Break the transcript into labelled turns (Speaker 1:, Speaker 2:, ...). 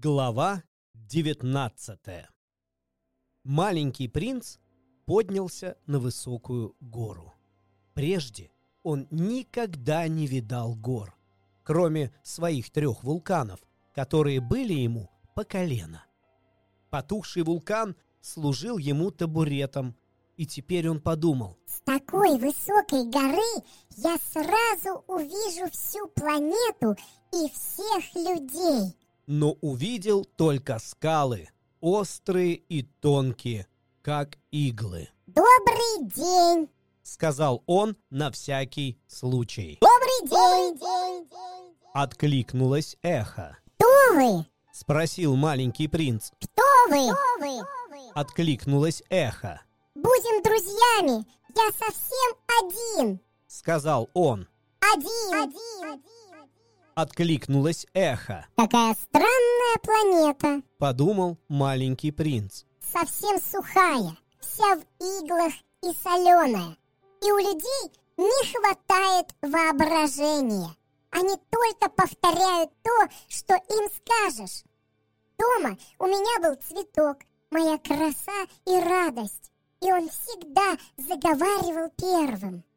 Speaker 1: Глава 19 Маленький принц поднялся на высокую гору. Прежде он никогда не видал гор, кроме своих трех вулканов, которые были ему по колено. Потухший вулкан служил ему табуретом, и теперь он подумал,
Speaker 2: С такой высокой горы я сразу увижу всю планету и всех людей.
Speaker 1: но увидел только скалы, острые и тонкие, как иглы,
Speaker 2: Добрый день!
Speaker 1: сказал он на всякий случай.
Speaker 2: Добрый день!
Speaker 1: Откликнулось эхо.
Speaker 2: Кто вы?
Speaker 1: Спросил маленький принц.
Speaker 2: Кто вы?
Speaker 1: Откликнулось эхо.
Speaker 2: Будем друзьями! Я совсем один!
Speaker 1: Сказал он.
Speaker 2: Один! Один!
Speaker 1: Откликнулось эхо.
Speaker 2: Какая странная планета!
Speaker 1: Подумал маленький принц.
Speaker 2: Совсем сухая, вся в иглах и соленая. И у людей не хватает воображения. Они только повторяют то, что им скажешь. Дома у меня был цветок, моя краса и радость. И он всегда заговаривал первым.